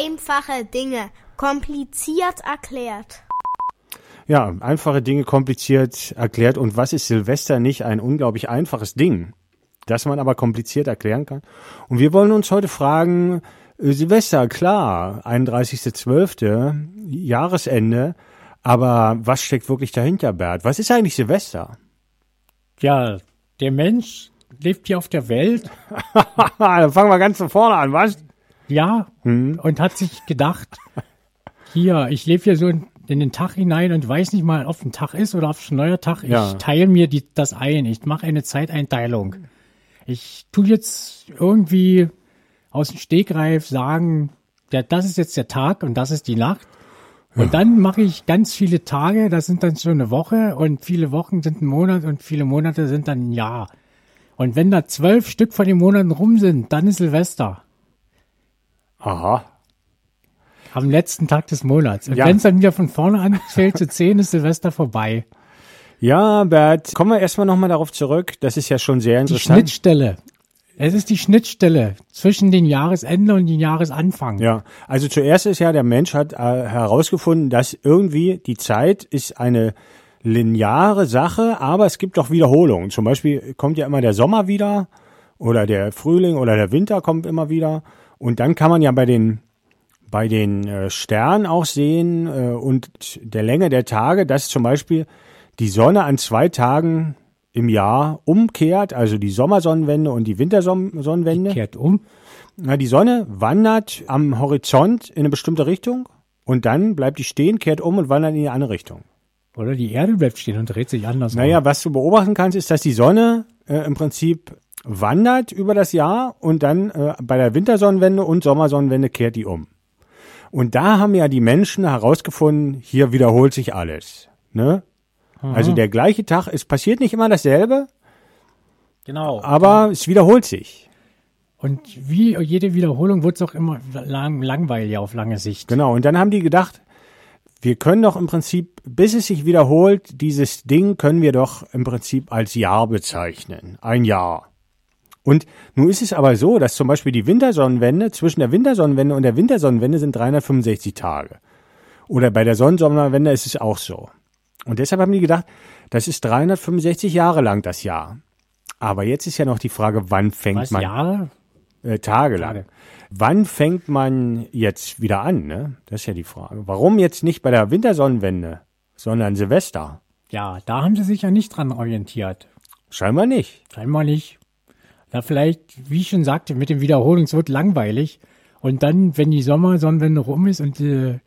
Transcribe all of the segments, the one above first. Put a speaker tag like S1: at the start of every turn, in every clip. S1: einfache Dinge kompliziert erklärt.
S2: Ja, einfache Dinge kompliziert erklärt. Und was ist Silvester nicht ein unglaublich einfaches Ding, das man aber kompliziert erklären kann? Und wir wollen uns heute fragen, äh, Silvester, klar, 31.12., Jahresende, aber was steckt wirklich dahinter, Bert? Was ist eigentlich Silvester?
S3: Ja, der Mensch lebt hier auf der Welt,
S2: Dann Ah, fangen wir ganz von vorne an, was?
S3: ja, und hat sich gedacht, hier, ich lebe hier so in, in den Tag hinein und weiß nicht mal, ob ein Tag ist oder ob es ein neuer Tag.
S2: Ja.
S3: Ich teile mir die, das ein. Ich mache eine Zeiteinteilung. Ich tu jetzt irgendwie aus dem Stegreif sagen, ja, das ist jetzt der Tag und das ist die Nacht. Und dann mache ich ganz viele Tage, das sind dann so eine Woche und viele Wochen sind ein Monat und viele Monate sind dann ein Jahr. Und wenn da zwölf Stück von den Monaten rum sind, dann ist Silvester.
S2: Aha.
S3: Am letzten Tag des Monats. Und
S2: Ja.
S3: wenn's dann wieder von vorne anfällt zu 10, ist Silvester vorbei.
S2: Ja, Bert, kommen wir erstmal nochmal darauf zurück. Das ist ja schon sehr
S3: Die
S2: interessant.
S3: Schnittstelle. Es ist die Schnittstelle zwischen den Jahresende und den Jahresanfang.
S2: Ja, also zuerst ist ja, der Mensch hat äh, herausgefunden, dass irgendwie die Zeit ist eine lineare Sache, aber es gibt auch Wiederholungen. Zum Beispiel kommt ja immer der Sommer wieder oder der Frühling oder der Winter kommt immer wieder. Und dann kann man ja bei den bei den äh, Sternen auch sehen äh, und der Länge der Tage, dass zum Beispiel die Sonne an zwei Tagen im Jahr umkehrt, also die Sommersonnenwende und die Wintersonnenwende.
S3: Kehrt um.
S2: Na, die Sonne wandert am Horizont in eine bestimmte Richtung und dann bleibt die stehen, kehrt um und wandert in die andere Richtung.
S3: Oder die Erde bleibt stehen und dreht sich anders. um.
S2: Naja, was du beobachten kannst, ist, dass die Sonne äh, im Prinzip wandert über das Jahr und dann äh, bei der Wintersonnenwende und Sommersonnenwende kehrt die um. Und da haben ja die Menschen herausgefunden, hier wiederholt sich alles. Ne? Also der gleiche Tag, es passiert nicht immer dasselbe,
S3: Genau.
S2: aber es wiederholt sich.
S3: Und wie jede Wiederholung wird's auch immer lang, langweilig auf lange Sicht.
S2: Genau, und dann haben die gedacht, wir können doch im Prinzip, bis es sich wiederholt, dieses Ding können wir doch im Prinzip als Jahr bezeichnen. Ein Jahr. Und nun ist es aber so, dass zum Beispiel die Wintersonnenwende, zwischen der Wintersonnenwende und der Wintersonnenwende sind 365 Tage. Oder bei der Sonnensonnenwende ist es auch so. Und deshalb haben die gedacht, das ist 365 Jahre lang das Jahr. Aber jetzt ist ja noch die Frage, wann fängt
S3: Was,
S2: man
S3: Jahre?
S2: äh, Tage lang.
S3: Tage.
S2: Wann fängt man jetzt wieder an? Ne? Das ist ja die Frage. Warum jetzt nicht bei der Wintersonnenwende, sondern Silvester?
S3: Ja, da haben sie sich ja nicht dran orientiert.
S2: Scheinbar nicht.
S3: Scheinbar nicht. Na, vielleicht, wie ich schon sagte, mit den Wiederholungen, es wird langweilig. Und dann, wenn die Sommersonnenwende rum ist und äh,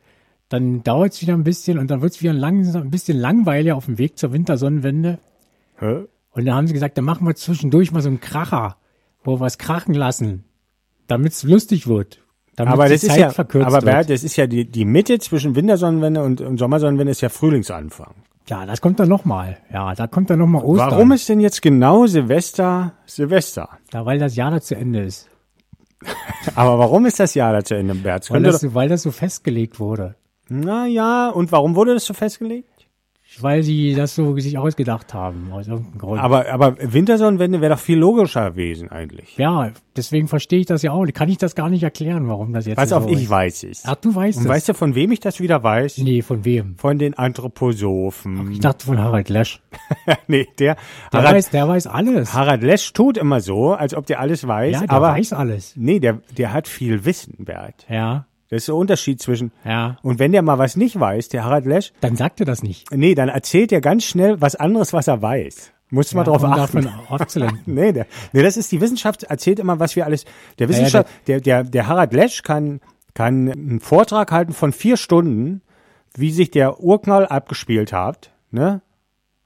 S3: dann dauert es wieder ein bisschen und dann wird es wieder langsam, ein bisschen langweiliger auf dem Weg zur Wintersonnenwende.
S2: Hä?
S3: Und dann haben sie gesagt, dann machen wir zwischendurch mal so einen Kracher, wo wir was krachen lassen, damit es lustig wird. Damit
S2: Aber
S3: die
S2: das
S3: Zeit
S2: ist ja,
S3: verkürzt
S2: aber Bert,
S3: wird.
S2: das ist ja die, die Mitte zwischen Wintersonnenwende und, und Sommersonnenwende ist ja Frühlingsanfang.
S3: Ja, das kommt dann nochmal. Ja, da kommt dann nochmal Ostern.
S2: Warum ist denn jetzt genau Silvester Silvester?
S3: Ja, weil das Jahr da zu Ende ist.
S2: Aber warum ist das Jahr da zu Ende, Bert? Es
S3: Weil
S2: Könnte
S3: das,
S2: doch,
S3: so, weil das so festgelegt wurde.
S2: na ja, und warum wurde das so festgelegt?
S3: Weil sie das so sich ausgedacht haben, aus irgendeinem Grund.
S2: Aber, aber Wintersonnenwende wäre doch viel logischer gewesen eigentlich.
S3: ja, deswegen verstehe ich das ja auch. Kann ich das gar nicht erklären, warum das jetzt
S2: Pass
S3: so
S2: auf, ich
S3: ist.
S2: weiß es.
S3: Ach, du weißt
S2: Und
S3: es.
S2: weißt du, von wem ich das wieder weiß?
S3: nee, von wem?
S2: Von den Anthroposophen.
S3: Ich dachte von Harald Lesch.
S2: nee, der,
S3: Der,
S2: Harald,
S3: weiß, der weiß alles.
S2: Harald Lesch tut immer so, als ob der alles weiß.
S3: ja, der
S2: aber
S3: weiß alles.
S2: nee, der, der hat viel Wissen, Bert.
S3: Ja,
S2: Das ist der Unterschied zwischen.
S3: ja.
S2: Und wenn der mal was nicht weiß, der Harald Lesch,
S3: Dann sagt er das nicht.
S2: nee, dann erzählt er ganz schnell was anderes, was er weiß. Muss man
S3: Ja,
S2: drauf
S3: um
S2: achten.
S3: davon abzulenken.
S2: Nee, der, nee, das ist die Wissenschaft, erzählt immer, was wir alles. Der Wissenschaft, der, der, der Harald Lesch kann, kann einen Vortrag halten von vier Stunden, wie sich der Urknall abgespielt hat. Ne?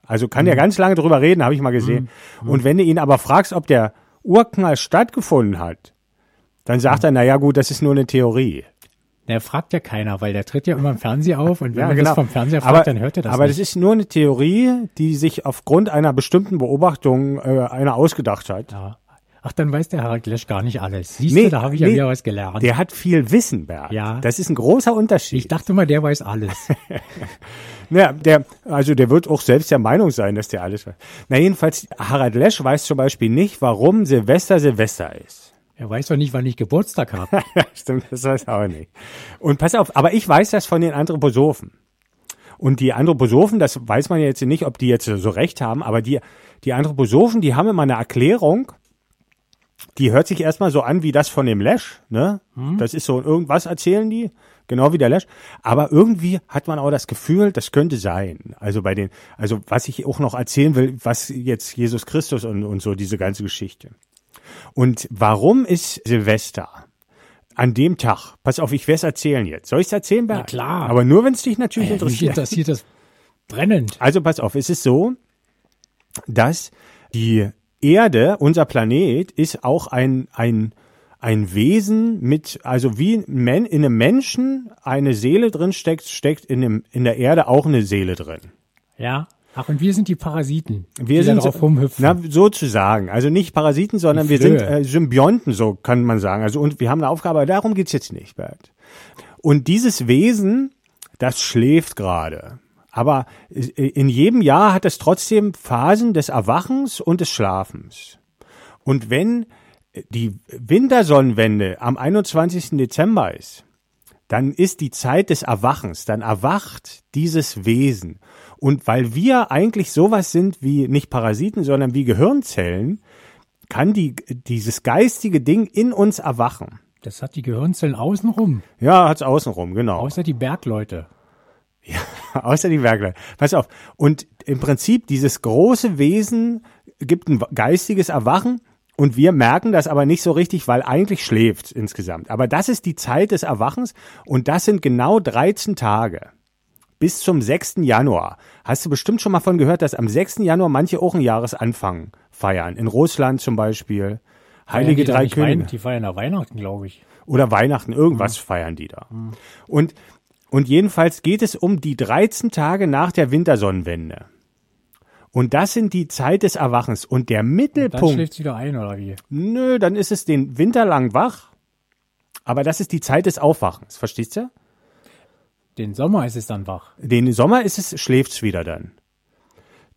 S2: Also kann
S3: Mhm.
S2: der ganz lange drüber reden, habe ich mal gesehen. Und wenn du ihn aber fragst, ob der Urknall stattgefunden hat, dann sagt
S3: Mhm.
S2: er, na ja, gut, das ist nur eine Theorie.
S3: Der fragt ja keiner, weil der tritt ja immer im Fernseher auf und wenn
S2: Ja,
S3: man
S2: genau.
S3: das vom Fernseher fragt,
S2: aber,
S3: dann hört er das
S2: Aber
S3: nicht.
S2: das ist nur eine Theorie, die sich aufgrund einer bestimmten Beobachtung äh, einer ausgedacht hat.
S3: ja. Ach, dann weiß der Harald Lesch gar nicht alles. Siehst
S2: Nee,
S3: du, da habe ich
S2: nee.
S3: ja wieder was gelernt.
S2: Der hat viel Wissen, Bert.
S3: Ja.
S2: Das ist ein großer
S3: ich
S2: Unterschied.
S3: dachte mal, der weiß alles.
S2: Ja, der, also der wird auch selbst der Meinung sein, dass der alles weiß. Na jedenfalls, Harald Lesch weiß zum Beispiel nicht, warum Silvester Silvester ist.
S3: Er weiß doch nicht, wann ich Geburtstag habe.
S2: Ja, stimmt, das weiß ich auch nicht. Und pass auf, aber ich weiß das von den Anthroposophen. Und die Anthroposophen, das weiß man ja jetzt nicht, ob die jetzt so recht haben, aber die, die Anthroposophen, die haben immer eine Erklärung, die hört sich erstmal so an wie das von dem Lesch, ne? Das ist so irgendwas erzählen die, genau wie der Lesch. Aber irgendwie hat man auch das Gefühl, das könnte sein. Also bei den, also was ich auch noch erzählen will, was jetzt Jesus Christus und, und so diese ganze Geschichte. Und warum ist Silvester an dem Tag? Pass auf, ich werde es erzählen jetzt. Soll ich es erzählen, Bernd?
S3: klar.
S2: Aber nur, wenn es dich natürlich
S3: Ja, mich
S2: Äh, interessiert.
S3: interessiert das brennend.
S2: Also pass auf, es ist so, dass die Erde, unser Planet, ist auch ein, ein, ein Wesen mit, also wie ein Men, in einem Menschen eine Seele drin steckt, steckt in, dem, in der Erde auch eine Seele drin.
S3: Ja. Ach, und wir sind die Parasiten,
S2: Wir
S3: die
S2: sind
S3: da drauf
S2: so-
S3: rumhüpfen.
S2: Na, sozusagen. Also nicht Parasiten, sondern wir sind
S3: Flöhe.
S2: äh, Symbionten, so kann man sagen. Also und wir haben eine Aufgabe, aber darum geht's jetzt nicht, Bert. Und dieses Wesen, das schläft gerade. Aber äh, in jedem Jahr hat es trotzdem Phasen des Erwachens und des Schlafens. Und wenn die Wintersonnenwende am 21. Dezember ist, dann ist die Zeit des Erwachens, dann erwacht dieses Wesen. Und weil wir eigentlich sowas sind wie nicht Parasiten, sondern wie Gehirnzellen, kann die, dieses geistige Ding in uns erwachen.
S3: das hat die Gehirnzellen außenrum,
S2: Ja, hat's außenrum, genau.
S3: außer die Bergleute.
S2: Außer die Werklein. Pass auf. Und im Prinzip, dieses große Wesen gibt ein geistiges Erwachen und wir merken das aber nicht so richtig, weil eigentlich schläft insgesamt. Aber das ist die Zeit des Erwachens und das sind genau 13 Tage. Bis zum 6. Januar. Hast du bestimmt schon mal von gehört, dass am 6. Januar manche auch einen Jahresanfang feiern. In Russland zum Beispiel. Heilige
S3: die da
S2: Drei
S3: nicht weinen,
S2: Könige
S3: Die feiern nach Weihnachten, glaube ich.
S2: oder Weihnachten, irgendwas
S3: Mhm.
S2: feiern die da. Und, und jedenfalls geht es um die 13 Tage nach der Wintersonnenwende. Und das sind die Zeit des Erwachens. Und der
S3: Dann
S2: Mittelpunkt,
S3: schläft sie wieder ein, oder wie?
S2: nö, dann ist es den Winter lang wach. Aber das ist die Zeit des Aufwachens, verstehst du?
S3: Den Sommer ist es dann wach.
S2: Den Sommer ist es, schläft's wieder dann.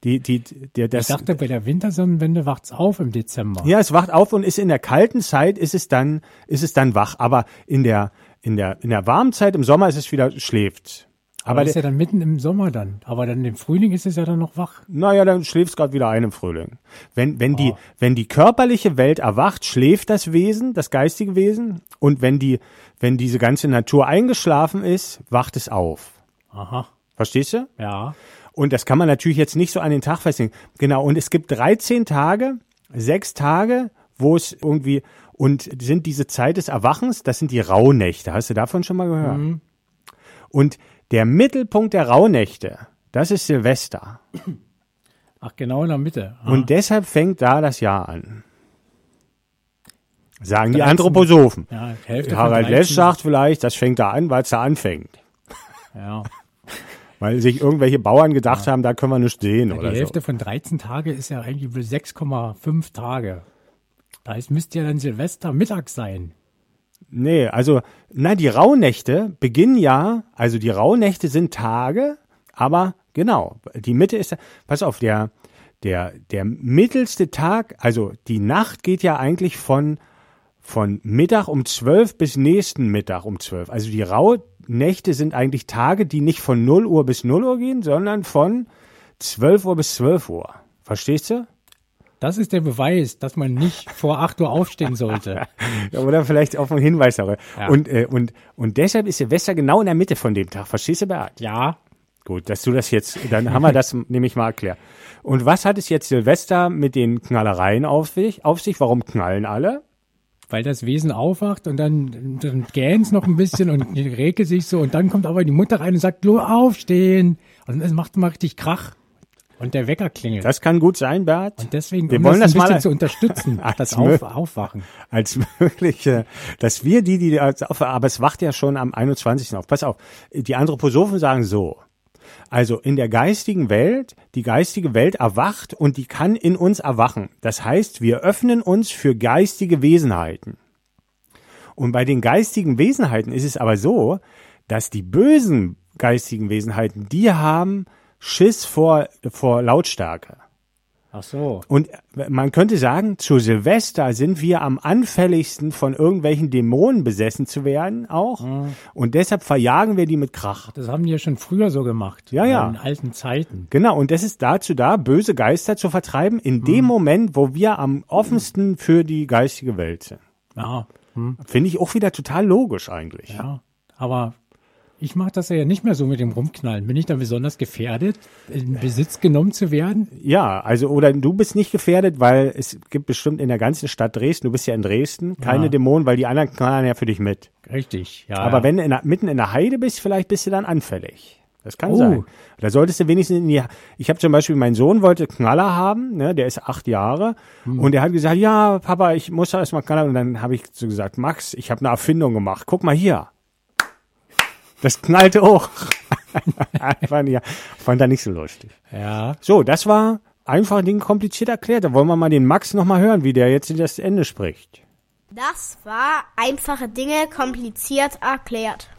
S2: Die, die, der,
S3: Ich
S2: das,
S3: dachte, bei der Wintersonnenwende wacht's auf im Dezember.
S2: Ja, es wacht auf und ist in der kalten Zeit ist es dann ist es dann wach, aber in der in der in der warmen Zeit im Sommer ist es wieder schläft.
S3: aber
S2: Aber,
S3: das ist
S2: der,
S3: ja dann mitten im Sommer dann. Aber dann im Frühling ist es ja dann noch wach.
S2: naja, dann schläft es gerade wieder ein im Frühling. Wenn wenn die wenn die körperliche Welt erwacht, schläft das Wesen, das geistige Wesen und wenn die wenn diese ganze Natur eingeschlafen ist, wacht es auf.
S3: Aha.
S2: Verstehst du?
S3: Ja.
S2: Und das kann man natürlich jetzt nicht so an den Tag festlegen. Genau, und es gibt 13 Tage, sechs Tage, wo es irgendwie, und sind diese Zeit des Erwachens, das sind die Rauhnächte. Hast du davon schon mal gehört? Und der Mittelpunkt der Rauhnächte, das ist Silvester.
S3: Ach, genau in der Mitte. Ah,
S2: Und deshalb fängt da das Jahr an. Sagen die
S3: 13.
S2: Anthroposophen.
S3: ja, Hälfte von
S2: Harald
S3: 13.
S2: Lesch sagt vielleicht, das fängt da an, weil es da anfängt.
S3: Ja.
S2: Weil sich irgendwelche Bauern gedacht haben, da können wir nicht sehen
S3: Die
S2: oder so.
S3: Hälfte von 13 Tage ist ja eigentlich wohl 6,5 Tage. Da heißt, müsste ja dann Silvester Mittag sein.
S2: Nee, also, na, die Rauhnächte beginnen ja, also die Rauhnächte sind Tage, aber genau, die Mitte ist, pass auf, der, der, der mittelste Tag, also die Nacht geht ja eigentlich von, von Mittag um 12 bis nächsten Mittag um 12. Also die Rauhnächte sind eigentlich Tage, die nicht von 0 Uhr bis 0 Uhr gehen, sondern von 12 Uhr bis 12 Uhr. Verstehst du?
S3: Das ist der Beweis, dass man nicht vor 8 Uhr aufstehen sollte.
S2: Ja, Oder vielleicht auch ein Hinweis darüber.
S3: Ja.
S2: Und, äh, und, und deshalb ist Silvester genau in der Mitte von dem Tag. Verstehst du, Beat?
S3: Ja,
S2: Gut, dass du das jetzt, dann haben wir das nämlich mal erklärt. Und was hat es jetzt Silvester mit den Knallereien auf sich? Auf sich? Warum knallen alle?
S3: weil das Wesen aufwacht und dann, dann gähnt's noch ein bisschen und rege sich so und dann kommt aber die Mutter rein und sagt, "Lo, aufstehen. Und es macht mal richtig Krach und der Wecker klingelt.
S2: Das kann gut sein, Bert.
S3: und deswegen,
S2: wir
S3: um
S2: wollen
S3: das ein
S2: das mal-
S3: bisschen zu unterstützen,
S2: Als
S3: das
S2: Mö-
S3: Auf, Aufwachen.
S2: als mögliche, dass wir die, die, als auf- aber es wacht ja schon am 21. auf. Pass auf, die Anthroposophen sagen so. Also in der geistigen Welt, die geistige Welt erwacht und die kann in uns erwachen. Das heißt, wir öffnen uns für geistige Wesenheiten. Und bei den geistigen Wesenheiten ist es aber so, dass die bösen geistigen Wesenheiten, die haben Schiss vor, vor Lautstärke.
S3: Ach so.
S2: Und man könnte sagen, zu Silvester sind wir am anfälligsten von irgendwelchen Dämonen besessen zu werden auch.
S3: Mhm.
S2: Und deshalb verjagen wir die mit Krach.
S3: Das haben die ja schon früher so gemacht.
S2: Ja, ja.
S3: In alten Zeiten.
S2: Genau, und das ist dazu da, böse Geister zu vertreiben, in dem
S3: Mhm.
S2: Moment, wo wir am offensten für die geistige Welt sind.
S3: Ja.
S2: Finde ich auch wieder total logisch eigentlich.
S3: Ja. Aber ich mache das ja nicht mehr so mit dem Rumknallen. Bin ich da besonders gefährdet, in Besitz genommen zu werden?
S2: Ja, also oder du bist nicht gefährdet, weil es gibt bestimmt in der ganzen Stadt Dresden, du bist ja in Dresden, keine
S3: Ja.
S2: Dämonen, weil die anderen knallen ja für dich mit.
S3: Richtig, Ah, ja.
S2: Aber wenn du in der, mitten in der Heide bist, vielleicht bist du dann anfällig. Das kann
S3: Oh.
S2: sein. Da solltest du wenigstens in die. Ich habe zum Beispiel, mein Sohn wollte Knaller haben, ne, der ist acht Jahre,
S3: Hm.
S2: und er hat gesagt, ja, Papa, ich muss doch erstmal Knaller. Und dann habe ich so gesagt, Max, ich habe eine Erfindung gemacht. Guck mal hier. Das knallte auch. Einfach nicht, fand er nicht so lustig.
S3: Ja.
S2: So, das war einfach Ding kompliziert erklärt. Da wollen wir mal den Max nochmal hören, wie der jetzt das Ende spricht.
S1: Das war einfache Dinge kompliziert erklärt.